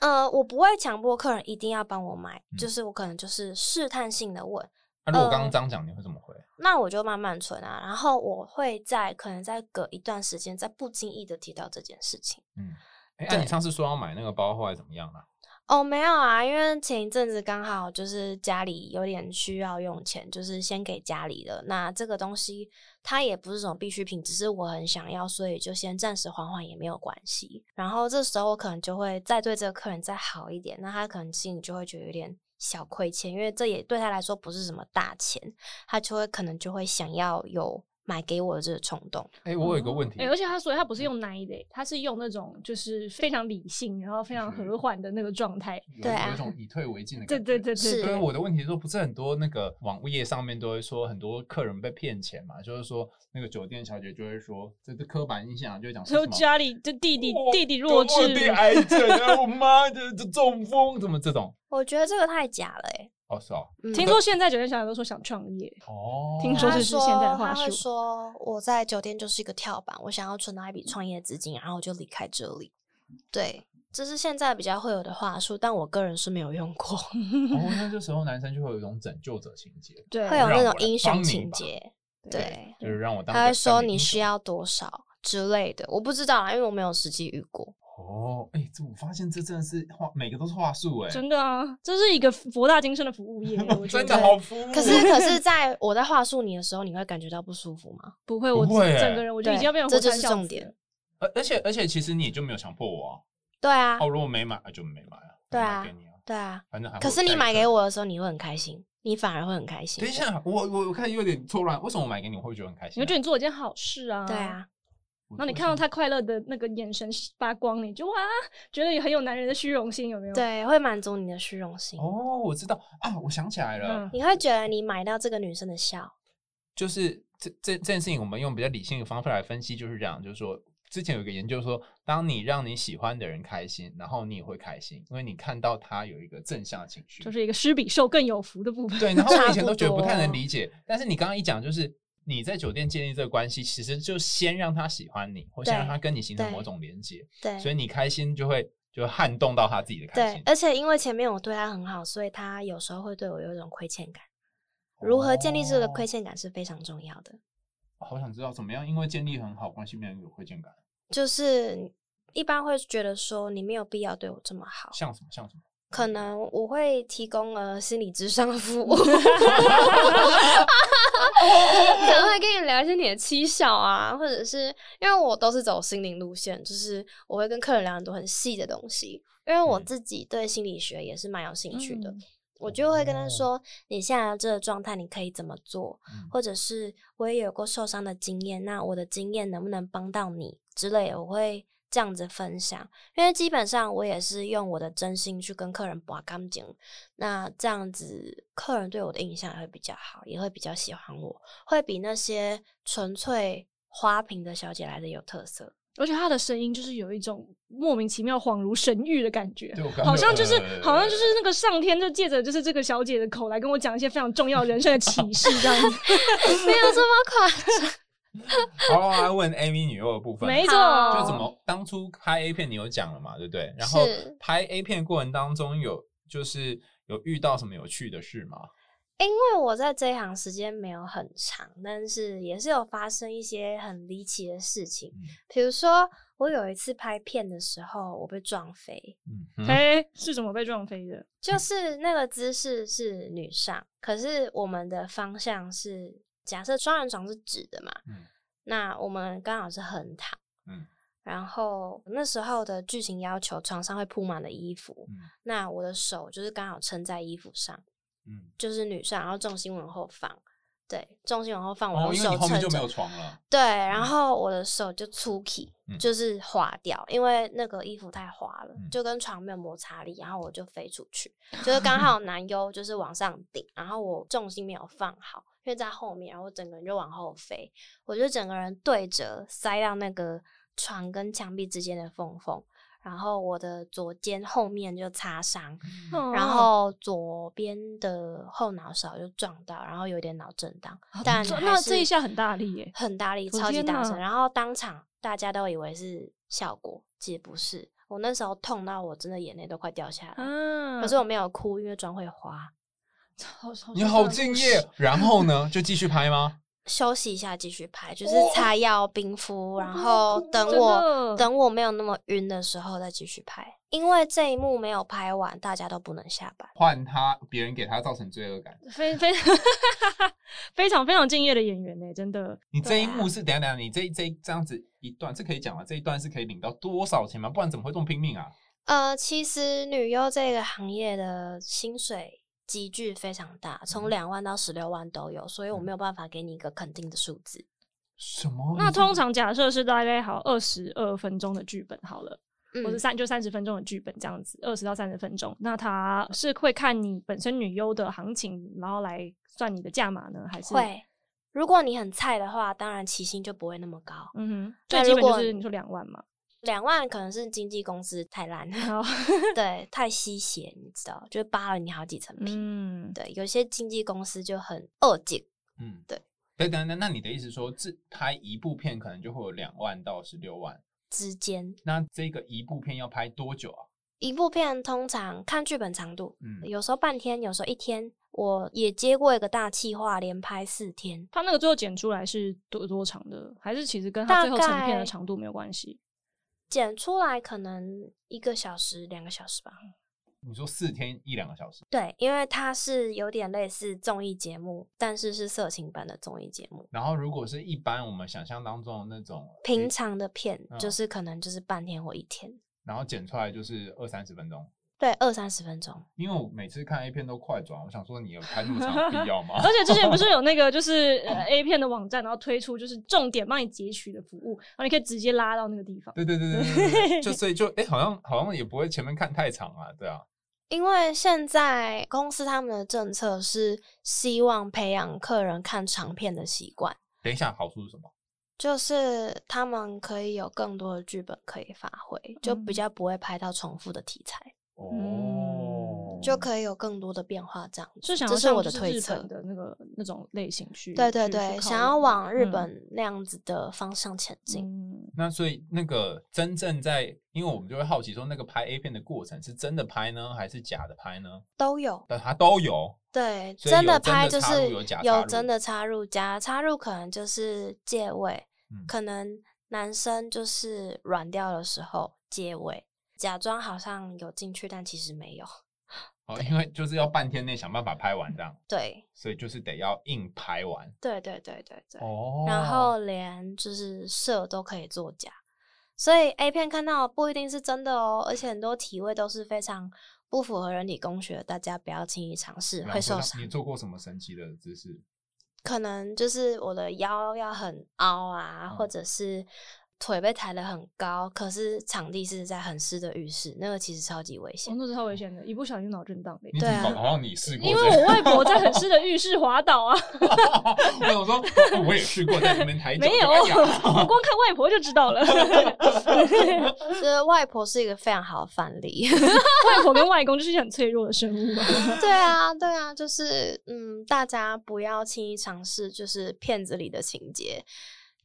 呃，我不会强迫客人一定要帮我买，嗯就是我可能就是试探性的问，那、如果刚刚这样讲，你会怎么回？那我就慢慢存啊，然后我会在可能再隔一段时间，再不经意的提到这件事情。嗯，哎、那、对你上次说要买那个包，后来怎么样了、哦，没有啊，因为前一阵子刚好就是家里有点需要用钱，就是先给家里的。那这个东西它也不是什么必需品，只是我很想要，所以就先暂时缓缓也没有关系。然后这时候我可能就会再对这个客人再好一点，那他可能心里就会觉得有点小亏欠，因为这也对他来说不是什么大钱，他就会可能就会想要有买给我的这个冲动。哎、我有一个问题，哎、而且他所以他不是用奶的、他是用那种就是非常理性，然后非常和缓的那个状态。有对啊有一种以退为进的感对觉。对对对是对对，我的问题是说，不是很多那个网页上面都会说很多客人被骗钱嘛，就是说那个酒店小姐就会说，这是刻板印象，就会讲说说什么家里这弟弟弟弟弱智，我弟癌症，然后我妈的这中风，怎么这种？我觉得这个太假了、欸，哦，是哦，嗯听说现在酒店小姐都说想创业，哦，听说他这是现在的话他会术说我在酒店就是一个跳板，我想要存到一笔创业资金，然后我就离开这里。对，这是现在比较会有的话术，但我个人是没有用过，哦，那这时候男生就会有一种拯救者情节，对会有那让我种来英雄帮你情吧节。对对，就是让我当个他会说战利你品啊需要多少之类的，我不知道啦，因为我没有实际遇过。哦，哎、这我发现这真的是话，每个都是话术哎、真的啊，这是一个博大精深的服务 <laughs> 业，我觉真得的好嗯服务。<laughs> 可是，可是，在我在话术你的时候，你会感觉到不舒服吗？不会，不我会欸整个人我就已经要变成对活这就塞是孝重子点了而而且而且，其实你就没有强迫我啊。对啊，哦，如果没买啊就没买啊。对啊没买给你啊，对啊。反正还会可是有你下一买个给。我的时候，你会很开心，你反而会很开心。等一下，我我我看有点错乱，为什么我买给你我会觉得很开你心啊、会觉得你做了一件好事啊，对。啊，我然后你看到，他快乐的那个眼神发光，你就哇，觉得很有男人的虚荣心，有没有？，对，会满足你的虚荣心我。哦，我知道啊，我想起来了，嗯，你会觉得你买到这个女生的笑，就是这这这件事情，我们用比较理性的方法来分析，就是这样，就是说。之前有一个研究说，当你让你喜欢的人开心，然后你也会开心，因为你看到他有一个正向的情绪。就是一个施比受更有福的部分。 <laughs> 对，然后我差以前不都觉得不太能多理解，但是你刚刚一讲，就是你在酒店建立这个关系，其实就先让他喜欢你，或先让对他跟你形成对某种连接，对所以你开心就会就会撼动到他自己的开对心，。而且因为前面我对她很好，所以她有时候会对我有一种亏欠感。如何建立这个哦亏欠感是非常重要的，好想知道怎么样，因为建立很好关系，变得有亏欠感，就是一般会觉得说你没有必要对我这么好，像什么像什么？可能我会提供呃心理智商服务， <laughs> 可能会跟你聊一些你的妻小啊，或者是因为我都是走心灵路线，就是我会跟客人聊很多很细的东西，因为我嗯自己对心理学也是蛮有兴趣的，嗯我就会跟他哦说你现在这个状态你可以怎么做，嗯或者是我也有过受伤的经验，那我的经验能不能帮到你之类，我会这样子分享。因为基本上我也是用我的真心去跟客人把感情，那这样子客人对我的印象也会比较好，也会比较喜欢我，会比那些纯粹花瓶的小姐来的有特色。 <laughs> 而且他的声音就是有一种莫名其妙、恍如神谕的感觉对， <laughs> 我刚好刚像就是呃好像就是那个上天就借着就是这个小姐的口来跟我讲一些非常重要人生的启示，<laughs> 这样子。没有这么夸张， <laughs> 呃好，我来问 Amy 女优的部分，没错，就好怎么当初拍 A 片，你有讲了嘛，对不对？然后是拍 A 片过程当中有就是有遇到什么有趣的事吗？因为我在这一行时间没有很长，但是也是有发生一些很离奇的事嗯情。比如说，我有一次拍片的时候，我被撞飞，嗯哼，哎、是怎么被撞飞的？嗯就是那个姿势是女上，可是我们的方向是假设双人床是直的嘛，嗯那我们刚好是横躺，嗯然后那时候的剧情要求床上会铺满了衣服，嗯那我的手就是刚好撑在衣服上，嗯，就是女上，然后重心往后放，对，重心往后放，我哦，用因为手你后面撑就没着有床了。对，然后我的手就粗起，嗯就是滑掉，因为那个衣服太滑了，嗯就跟床没有摩擦力，然后我就飞出 <laughs> 去，就是刚好男优就是往上顶，然后我重心没有放好，因为在后面，然后我整个人就往后飞，我就整个人对折塞到那个床跟墙壁之间的缝缝，然后我的左肩后面就擦伤，哦然后左边的后脑勺就撞到，然后有点脑震荡，但这哦还那这一是下很大力耶很大力，我超级天大声，哪然后当场大家都以为是效果，其实不是。我那时候痛到我真的眼泪都快掉下来，啊！可是我没有哭，因为妆会花。好好你像好这敬样业，然后呢，就继续拍吗？休息一下，继续拍，就是哇擦药、冰敷，然不要后哭等真我的等我没有那么晕的时候再继续拍，因为这一幕没有拍完，大家都不能下班。换他，别人给他造成罪恶感。非 <laughs> 非非常非常敬业的演员呢，欸真的。你这一对啊幕是等一下等一下，你这这这样子一段是可以讲吗？这一段是可以领到多少钱吗？不然怎么会这么拼命啊？呃，其实女优这个行业的薪水集聚非常大，嗯从两万到十六万都有，所以我没有办法给你一个肯定的数字。什么？那通常假设是大概好二十二分钟的剧本好了，嗯或者三就三十分钟的剧本这样子，二十到三十分钟。那他是会看你本身女优的行情，然后来算你的价码呢，还是？会，如果你很菜的话，当然起薪就不会那么高。嗯哼，最那基如本就果是你说两万嘛，两万可能是经纪公司太烂，然后 <laughs> 对，太吸血，你知道，就是扒了你好几层皮。嗯，对，有些经纪公司就很恶景，嗯，对。对，等等，那你的意思说，自拍一部片可能就会有两万到十六万，之间。那这个一部片要拍多久啊？一部片通常看剧本长度，嗯，有时候半天，有时候一天。我也接过一个大企划，连拍四天，他那个最后剪出来是多多长的，还是其实跟他最后大成片的概长度没有关系？剪出来可能一个小时、两个小时吧。你说四天一两个小时，对，因为它是有点类似综艺节目，但是是色情版的综艺节目。然后如果是一般我们想象当中的那种平，常的片嗯就是可能就是半天或一天，然后剪出来就是二三十分钟。对，二三十分钟。因为我每次看 A 片都快转，我想说你有看入场的 <laughs> 必要吗？而且之前不是有那个就是呃 A 片的网站，然后推出就是重点帮你截取的服务，然后你可以直接拉到那个地方。对对对对对对对，就所以 <laughs> 就哎、好像好像也不会前面看太长啊，对啊，因为现在公司他们的政策是希望培养客人看长片的习惯，等一下，好处是什么？就是他们可以有更多的剧本可以发挥，就嗯比较不会拍到重复的题材，哦，就可以有更多的变化。这样子，是想要这是像我的就是推日测本。的那个那种类型去，对对去对，去想考要虑往日嗯本那样子的方向前进。嗯那所以那个真正在，因为我们就会好奇说，那个拍 A 片的过程是真的拍呢，还是假的拍呢？都有。但它都有，对，所以有真的真的拍就插入是有假插有入真的插入加插入，可能就是借位，嗯可能男生就是软掉的时候借位，假装好像有进去，但其实没有。哦，因为就是要半天内想办法拍完这样，对，所以就是得要硬拍完。对对对对对。哦然后连就是色都可以作假，所以 A 片看到的不一定是真的哦，而且很多体位都是非常不符合人体工学的，大家不要轻易尝试，然后会受让伤你。做过什么神奇的姿势？可能就是我的腰要很凹啊，嗯或者是腿被抬得很高，可是场地是在很湿的浴室，那个其实超级危哦险。那是超危险的，一不小心脑震荡的。你对怎么搞啊得好像你试过因这为样？我外婆在 <laughs> 很湿的浴室滑倒啊，我想说， <laughs> 我也试过在那边抬脚，没有，哎呀我光看外婆就 <laughs> 知道了。 <laughs> 外就是外婆是一个非常好的范例。 <laughs> 婆跟 <laughs> 外公就是很脆弱的生物啊，对啊，对啊，就是嗯，大家不要轻易尝试，就是片子里的情节，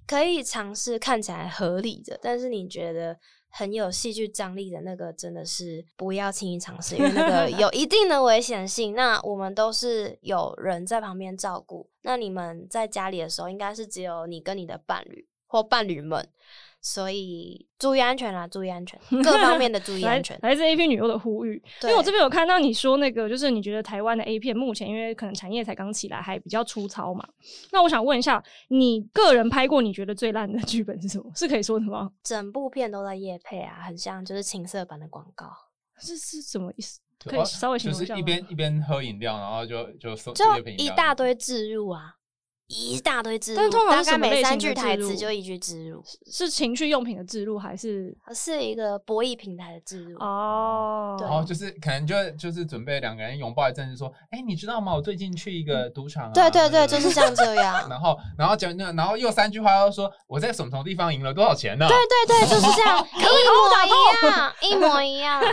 可以尝试看起来合理的，但是你觉得很有戏剧张力的那个，真的是不要轻易尝试，因为那个有一定的危险性。那我们都是有人在旁边照顾，那你们在家里的时候，应该是只有你跟你的伴侣或伴侣们。所以注意安全啦，注意安全，各方面的注意来安全。 <laughs> 来自 A 片女优的呼吁。因为我这边有看到你说那个，就是你觉得台湾的 A 片目前因为可能产业才刚起来，还比较粗糙嘛。那我想问一下，你个人拍过你觉得最烂的剧本是什么？是可以说的吗？整部片都在夜配啊，很像就是情色版的广告，是是什么意思？对 <laughs> 可以稍微形哦就容是下一吗？边一边喝饮料，然后就就送就一边饮一料大堆置入啊，一大堆置入，但通常大是概什么每类三型句的台置词入就一句置入，呃是情趣用品的置入还是是一个博弈平台的置入。哦？对然后就是可能就就是准备两个人拥抱一阵子，说：“哎，你知道吗？我最近去一个嗯赌场、啊。”对对对，就是 <laughs> 像这样。然后，然后讲那，然后又三句话，又说我在什么什么地方赢了多少钱呢、哎对对对，就是这样，一模一样，一模 <laughs> 一样。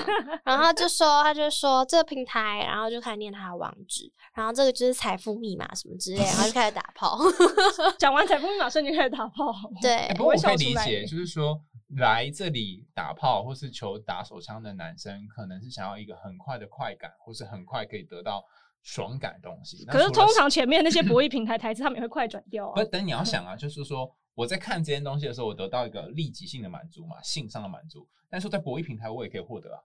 然后就说，他就说这个平台，然后就开始念他的网址，然后这个就是财富密码什么之类，然后就开始打 <laughs> 炮。 <laughs> 讲完彩风密码瞬间开始打炮，哎对不过我可以我会笑理出来解，耶就是说来这里打炮或是求打手枪的男生，可能是想要一个很快的快感，或是很快可以得到爽感的东西。那可是除了通常前面那些博弈平台台词他们也会快转掉不啊是，。等你要想啊，就是说我在看这些东西的时候，我得到一个立即性的满足嘛，性上的满足。但是在博弈平台，我也可以获得啊，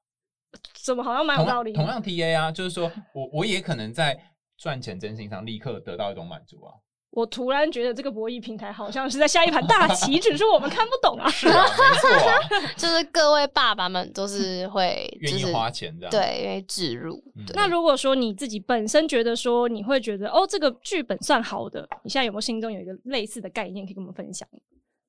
怎么好像蛮有同道样理？同样 TA 啊，就是 <laughs> 说我我也可能在赚钱真心上立刻得到一种满 <laughs> 足啊。我突然觉得这个博弈平台好像是在下一盘大棋，只是我们看不懂 <laughs> 啊。是啊，没错啊，就是各位爸爸们都是会，愿意花钱啊这样。对，愿意置入。嗯对，那如果说你自己本身觉得说你会觉得哦，这个剧本算好的，你现在有没有心中有一个类似的概念可以跟我们分享？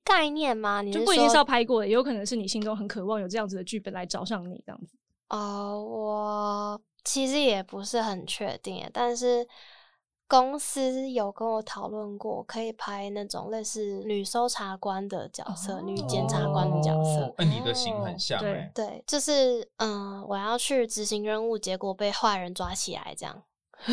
概念吗？你就是不一定说是要拍过的，也有可能是你心中很渴望有这样子的剧本来找上你这样子。哦，我其实也不是很确定耶，但是公司有跟我讨论过，可以拍那种类似女搜查官的角色、女检察官的角色。哦哎、你的型很像哎、对 <laughs> 对，就是嗯、我要去执行任务，结果被坏人抓起来，这样 <laughs>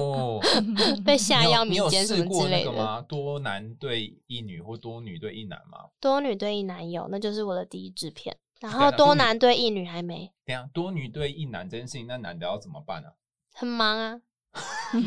哦， <laughs> <laughs> 被下你有药你迷有奸什试么过之那类个的。吗？多男对一女或多女对一男吗？多女对一男友，那就是我的第一支片。然对后啊多多女男对一女还没，等一下多女对一男这件事情，那男的要怎么办呢、啊？很 <laughs> 忙啊，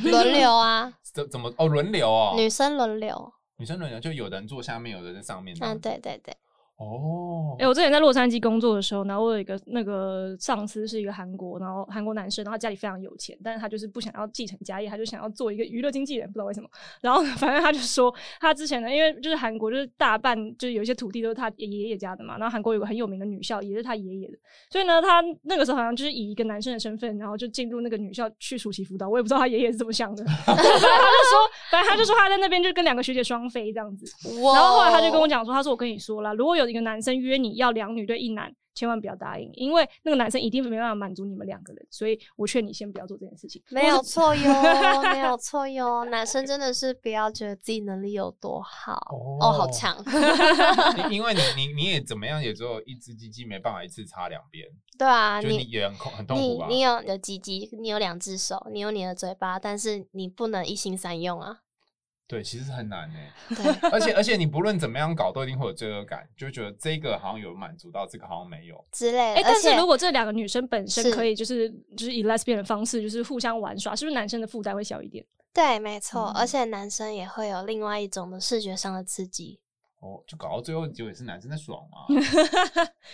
轮流啊，怎怎么哦轮流哦？女生轮流。嗯女生轮流，就有的人坐下面，有的人在上面。啊，对对对。哦哎、，我之前在洛杉矶工作的时候，然后我有一个那个上司是一个韩国，然后韩国男生，然后他家里非常有钱，但是他就是不想要继承家业，他就想要做一个娱乐经纪人，不知道为什么。然后 <laughs> 反正他就说，他之前呢，因为就是韩国就是大半就是有一些土地都是他爷爷家的嘛，然后韩国有个很有名的女校也是他爷爷的，所以呢，他那个时候好像就是以一个男生的身份，然后就进入那个女校去暑期辅导，我也不知道他爷爷是怎么想的， <laughs> 反正他就说，反正他就说他在那边就跟两个学姐双飞这样子。然后后来他就跟我讲，讲说：“他说我跟你说了，如果有一个男生约你要两女对一男，千万不要答应，因为那个男生一定没办法满足你们两个人，所以我劝你先不要做这件事情。”没有错哟，没 <laughs> 有错哟，男生真的是不要觉得自己能力有多好哦，好 <laughs> 强，因因为你你你也怎么样，也只有一只鸡鸡，没办法一次插两边，对啊，就你你。也很痛很痛苦你吧？你有你的鸡鸡，你有两只手，你有你的嘴巴，但是你不能一心三用啊！对，其实很难 <laughs> 呢。对，而且而且你不论怎么样搞，都一定会有罪恶感，就觉得这个好像有满足到，这个好像没有。之类的。哎、但而是且如果这两个女生本身是可以就是就是以 lesbian 的方式就是互相玩耍，是不是男生的负担会小一点？ <laughs> 对，没错，嗯而且男生也会有另外一种的视觉上的刺激。哦，就搞到最后，结果也是男生在爽啊。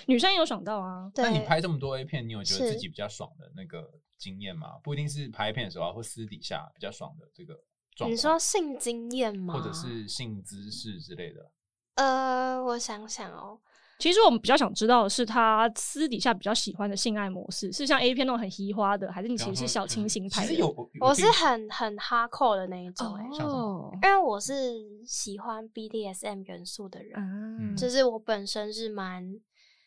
女生也有爽到啊，那你对，拍这么多 A 片，你有觉得是自己比较爽的那个经验吗？不一定是拍 A 片的时候啊，或私底下比较爽的这个状你况说，性经验吗？或者是性姿势之类的。呃，我想想哦，其实我们比较想知道的是他私底下比较喜欢的性爱模式，是像 A 片那种很嘻花的，还是你其比方实说嗯是小清新派其的实？有，我听是很很哈扣的那一种哎、像什么哦，因为我是喜欢 BDSM 元素的人，嗯就是我本身是蛮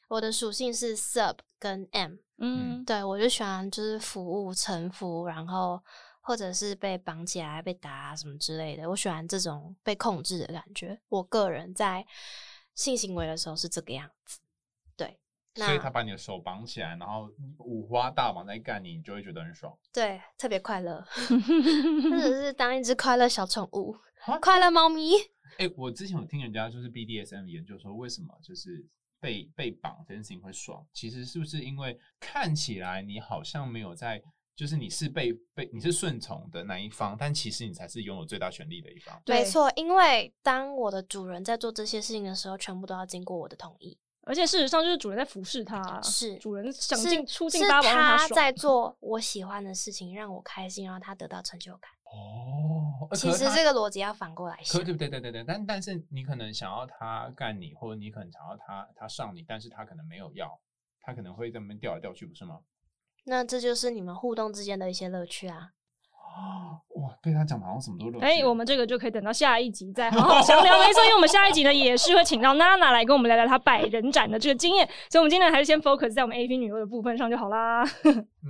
我的属性是 sub 跟 M，嗯，对我就喜欢就是服务臣服，然后或者是被绑起来、被打、啊、什么之类的，我喜欢这种被控制的感觉。我个人在性行为的时候是这个样子，对，所以他那把你的手绑起来，然后五花大绑在干你，你就会觉得很爽。对特别 <laughs> 快乐，或者是当一只快乐小宠物啊，快乐猫咪。哎、我之前有听人家就是 BDSM 研究说，为什么就是被被绑这件事情会爽？其实是不是因为看起来你好像没有在，就是你是被被你是顺从的那一方，但其实你才是拥有最大权利的一方。对没错，因为当我的主人在做这些事情的时候，全部都要经过我的同意。而且事实上就是主人在服侍他啊，是主人想是尽出尽是八宝让他他爽。 <laughs> 在做我喜欢的事情，让我开心，让他得到成就感。哦，呃其实这个逻辑要反过来可想对。对对对对，但但是你可能想要他干你，或者你可能想要他他上你，但是他可能没有要，他可能会在那边调来调去，不是吗？ <gasps> 那这就是你们互动之间的一些乐趣啊。啊，哇，被他讲得好像什么都乐趣。哎、我们这个就可以等到下一集再好好详聊了。所以，我们下一集呢也是会请到娜娜来跟我们聊聊她百人展的这个经验。所以，我们今天还是先 focus 在我们 A P 女优的部分上就好啦。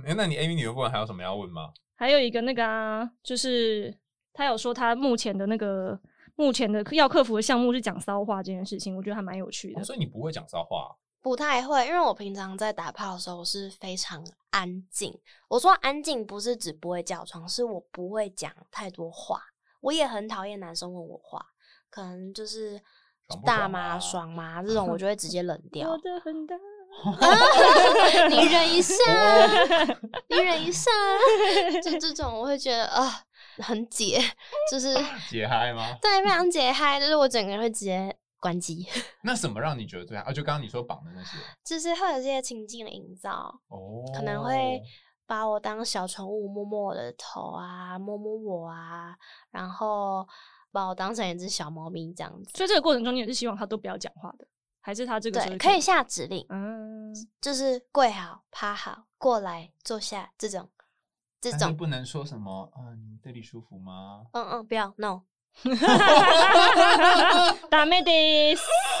哎那你 Amy 女的部分还有什么要问吗？还有一个那个啊，就是他有说他目前的那个目前的要克服的项目是讲骚话这件事情，我觉得还蛮有趣的哦。所以你不会讲骚话啊、不太会，因为我平常在打炮的时候，我是非常安静。我说安静不是指不会叫床，是我不会讲太多话。我也很讨厌男生问我话，可能就是爽不爽大麻啊 <laughs> 爽吗这种，我就会直接冷掉我。的很大，你忍一下，你忍一下，就这种我会觉得啊、很解，就是节嗨吗？对非常解嗨，就是我整个人会直接关机，那什么让你觉得最嗨？啊，就刚刚你说绑的那些就是会有这些情境的营造。哦，可能会把我当小宠物，摸摸我的头啊，摸摸我啊，然后把我当成一只小猫咪这样子。所以这个过程中你也是希望他都不要讲话的，还是他这个时候对，可以下指令，嗯，就是跪好、趴好、过来、坐下这种，这但是种，啊不能说什么，嗯，你这里舒服吗？嗯嗯，不要 no， <laughs> <laughs> 打妹的。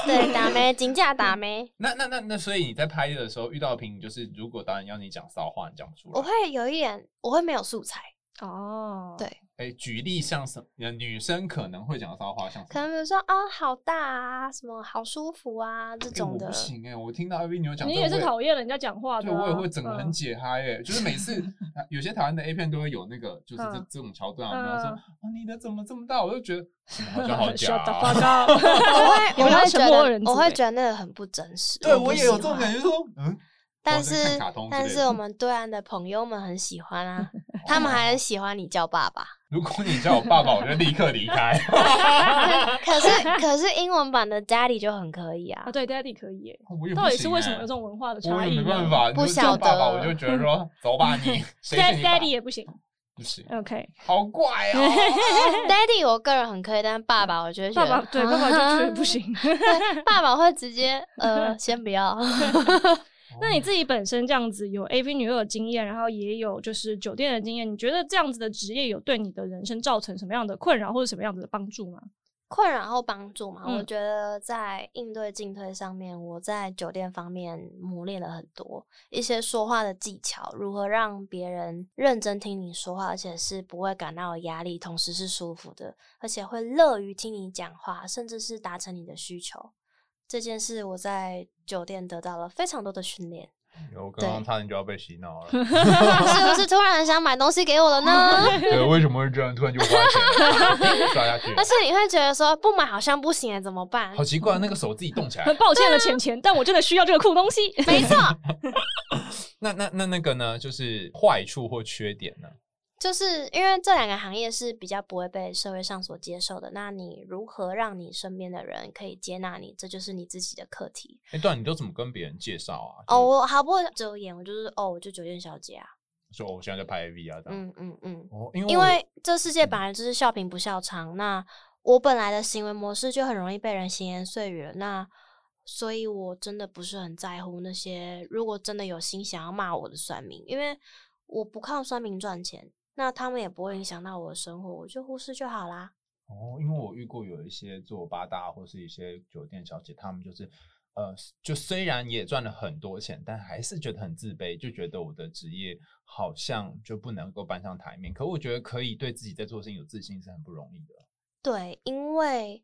对，打没，金价打没，那那那那，所以你在拍的时候遇到瓶，就是如果导演要你讲骚话，你讲不出我来。会有一点，我会没有素材，哦，对哎，举例像什么？呃女生可能会讲的骚话，像什么可能比如说啊、好大啊，什么好舒服啊这哎种我的不，行哎，我听到 A V 牛讲，你也是厌。讨厌人家讲话的、对，啊，我也会整个很嗯解嗨哎、就是每 <laughs> 次啊有些台湾的 A 片都会有那个，就是这、嗯这种桥段啊，然后说嗯啊你的怎么这么大，我就 <laughs> 觉得嗯好像好假、 Shut the 啊 fuck。up 我会有我没有会沉觉默得人我子会欸觉得那个很不真实，对不我也有喜这种欢感觉，说嗯，但是看是卡通之类但的是我们对岸的朋友们很喜 <laughs> 欢啊，他们还很喜欢你叫爸爸。如果你叫我爸爸，我就立刻离 <laughs> 开。可是可是英文版的 Daddy 就很可以啊啊，，对，Daddy 可以耶。我也不到底行是为什么欸有这种文化的我差也异没呢？办法，你不就晓叫爸爸，得我就觉得说走吧 <laughs> 你，谁是，Dad 你爸 Daddy 也不行。不行， OK，好怪 <laughs> 哦。 Daddy 我个人很可以，但是爸爸我觉得爸爸对爸爸就觉得不，行。 <laughs> 对 <laughs> 爸爸会直接呃先不要。那你自己本身这样子有 AV 女优的经验，然后也有就是酒店的经验，你觉得这样子的职业有对你的人生造成什么样的困扰或者什么样子的帮助吗？困扰后帮助嘛，我嗯觉得在应对进退上面，我在酒店方面磨练了很多一些说话的技巧，如何让别人认真听你说话，而且是不会感到有压力，同时是舒服的，而且会乐于听你讲话，甚至是达成你的需求。这件事我在酒店得到了非常多的训练，我刚刚对差点就要被洗 <laughs> 脑了。是不是突然想买东西给我 <laughs> 了呢？对，为什么会这样？突然就花 <laughs> 钱了刷下去了而，且你会觉得说不买好像不行，欸怎么办好？奇怪，那个手自己动起 <laughs> 来很。抱歉了，浅浅，但我真的需要这个酷东西。 <laughs> 没错，那那那那个呢？就是坏处或缺点呢？就是因为这两个行业是比较不会被社会上所接受的，那你如何让你身边的人可以接纳你，这就是你自己的课题。哎，对啊，你都怎么跟别人介绍啊？哦，就我毫不遮掩，我就是哦，我就酒店小姐啊，是说我现在在拍 AV 啊，这样。嗯嗯嗯，哦，因为因我为这世界本来就是笑贫不笑娼，那我本来的行为模式就很容易被人闲言碎语了，那所以我真的不是很在乎那些如果真的有心想要骂我的酸民，因为我不靠酸民赚钱，那他们也不会影响到我的生活，我就忽视就好啦。哦，因为我遇过有一些做八大或是一些酒店小姐，她们就是呃，就虽然也赚了很多钱，但还是觉得很自卑，就觉得我的职业好像就不能够搬上台面。可我觉得可以对自己在做事情有自信是很不容易的。对，因为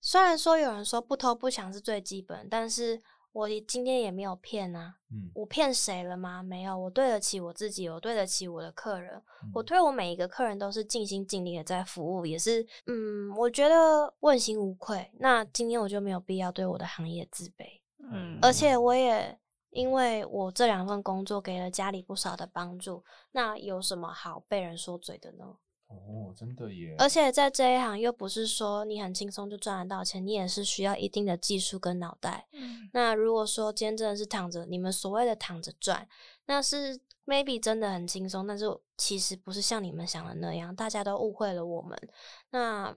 虽然说有人说不偷不抢是最基本，但是我也今天也没有骗啊，嗯，我骗谁了吗？没有，我对得起我自己，我对得起我的客人，我嗯对我每一个客人都是尽心尽力的在服务，也是嗯，我觉得问心无愧。那今天我就没有必要对我的行业自卑，嗯，而且我也。因为我这两份工作给了家里不少的帮助，那有什么好被人说嘴的呢？哦，真的耶，而且在这一行又不是说你很轻松就赚得到钱，你也是需要一定的技术跟脑袋。那如果说今天真的是躺着，你们所谓的躺着赚，那是 maybe 真的很轻松，但是其实不是像你们想的那样，大家都误会了我们。那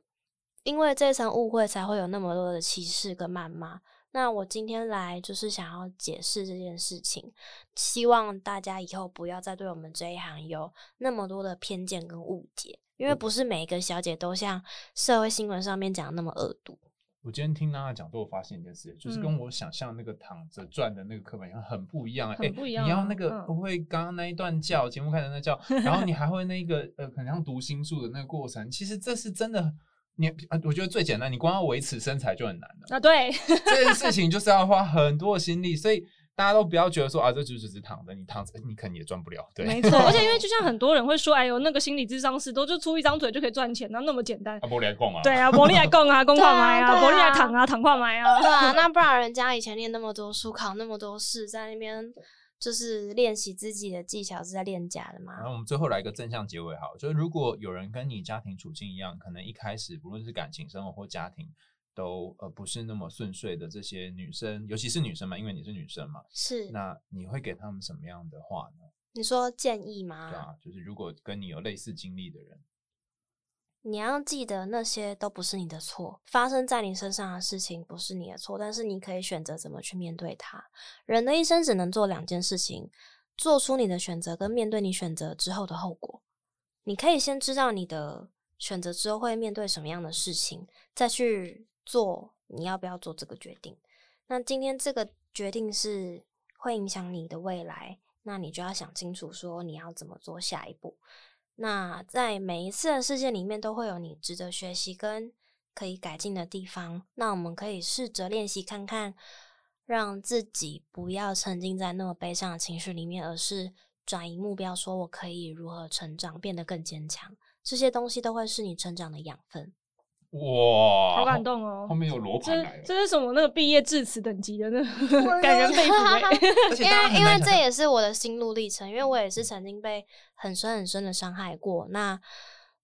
因为这层误会，才会有那么多的歧视跟谩骂。那我今天来就是想要解释这件事情，希望大家以后不要再对我们这一行有那么多的偏见跟误解，因为不是每一个小姐都像社会新闻上面讲的那么恶毒。我今天听娜娜讲座，我发现一件事，就是跟嗯我想象那个躺着转的那个课本好像很不一样、欸。很不一样你要那啊个嗯不会刚刚那一段叫节目开始那 <laughs> 叫，然后你还会那个呃，可能像读心术的那个过程，其实这是真的。你呃我觉得最简单，你光要维持身材就很难 <laughs> 了。啊，对，这件事情就是要花很多的心力，所以大家都不要觉得说啊，这就只是躺着，你躺着你可能也赚不了。对， <laughs> 没错。而且因为就像很多人会说，哎呦，那个心理智商师都就出一张嘴就可以赚钱，然后那么简单。啊，不来供啊。对啊，魔力来供啊，供对啊矿买对啊， <laughs> 啊魔力来躺啊，躺矿买啊。对啊，那不然人家以前练那么多书，考那么多试，在那边就是练习自己的技巧，是在练假的然后嘛？我们最后来一个正向结尾，好，就是如果有人跟你家庭处境一样，可能一开始不论是感情生活或家庭都呃不是那么顺遂的这些女生，尤其是女生嘛，因为你是女生嘛，是，那你会给他们什么样的话呢？你说建议吗？对啊，就是如果跟你有类似经历的人，你要记得那些都不是你的错，发生在你身上的事情不是你的错，但是你可以选择怎么去面对它。人的一生只能做两件事情：做出你的选择跟面对你选择之后的后果。你可以先知道你的选择之后会面对什么样的事情，再去做你要不要做这个决定。那今天这个决定是会影响你的未来，那你就要想清楚说你要怎么做下一步。那在每一次的事件里面，都会有你值得学习跟可以改进的地方。那我们可以试着练习看看，让自己不要沉浸在那么悲伤的情绪里面，而是转移目标，说我可以如何成长，变得更坚强。这些东西都会是你成长的养分。哇，好感动哦后！面有罗盘这来了，这是什么那个毕业致辞等级的那个感人肺腑欸 <laughs> 而且因大家为很因为难想这象也是我的心路历程，因为我也是曾经被很深很深的伤害过。那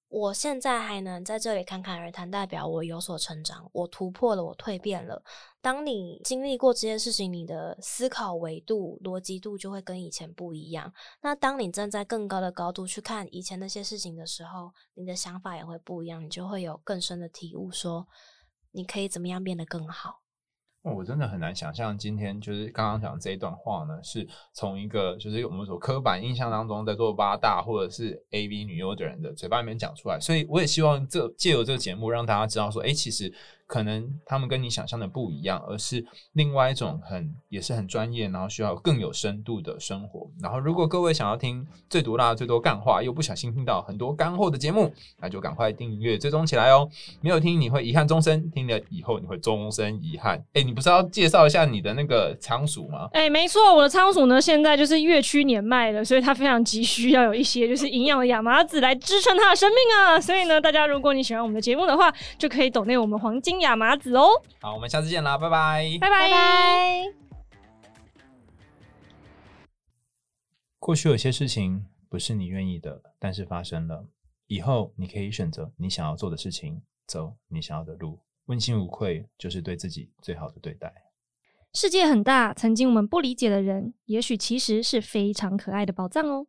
我现在还能在这里侃侃而谈，代表我有所成长，我突破了，我蜕变了。当你经历过这些事情，你的思考维度、逻辑度就会跟以前不一样。那当你站在更高的高度去看以前那些事情的时候，你的想法也会不一样，你就会有更深的体悟说你可以怎么样变得更好。哇哦我真的很难想象，今天就是刚刚讲这一段话呢，是从一个就是我们所刻板印象当中在做八大或者是 A V 女优的人的嘴巴里面讲出来。所以我也希望这借由这个节目，让大家知道说，哎、其实可能他们跟你想象的不一样，而是另外一种很也是很专业，然后需要更有深度的生活。然后，如果各位想要听最毒辣、最多干话，又不小心听到很多干货的节目，那就赶快订阅追踪起来哦。没有听你会遗憾终身，听了以后你会终身遗憾。哎，你不是要介绍一下你的那个仓鼠吗？ <laughs> 哎、没错，我的仓鼠呢，现在就是越趋年迈了，所以它非常急需要有一些就是营养的亚麻籽来支撑它的生命啊。所以呢，大家如果你喜欢我们的节目的话，就可以抖内我们黄金亚麻籽哦。好，我们下次见啦，拜拜。拜拜。过去有些事情不是你愿意的，但是发生了。以后你可以选择你想要做的事情，走你想要的路，问心无愧就是对自己最好的对待。世界很大，曾经我们不理解的人，也许其实是非常可爱的宝藏哦。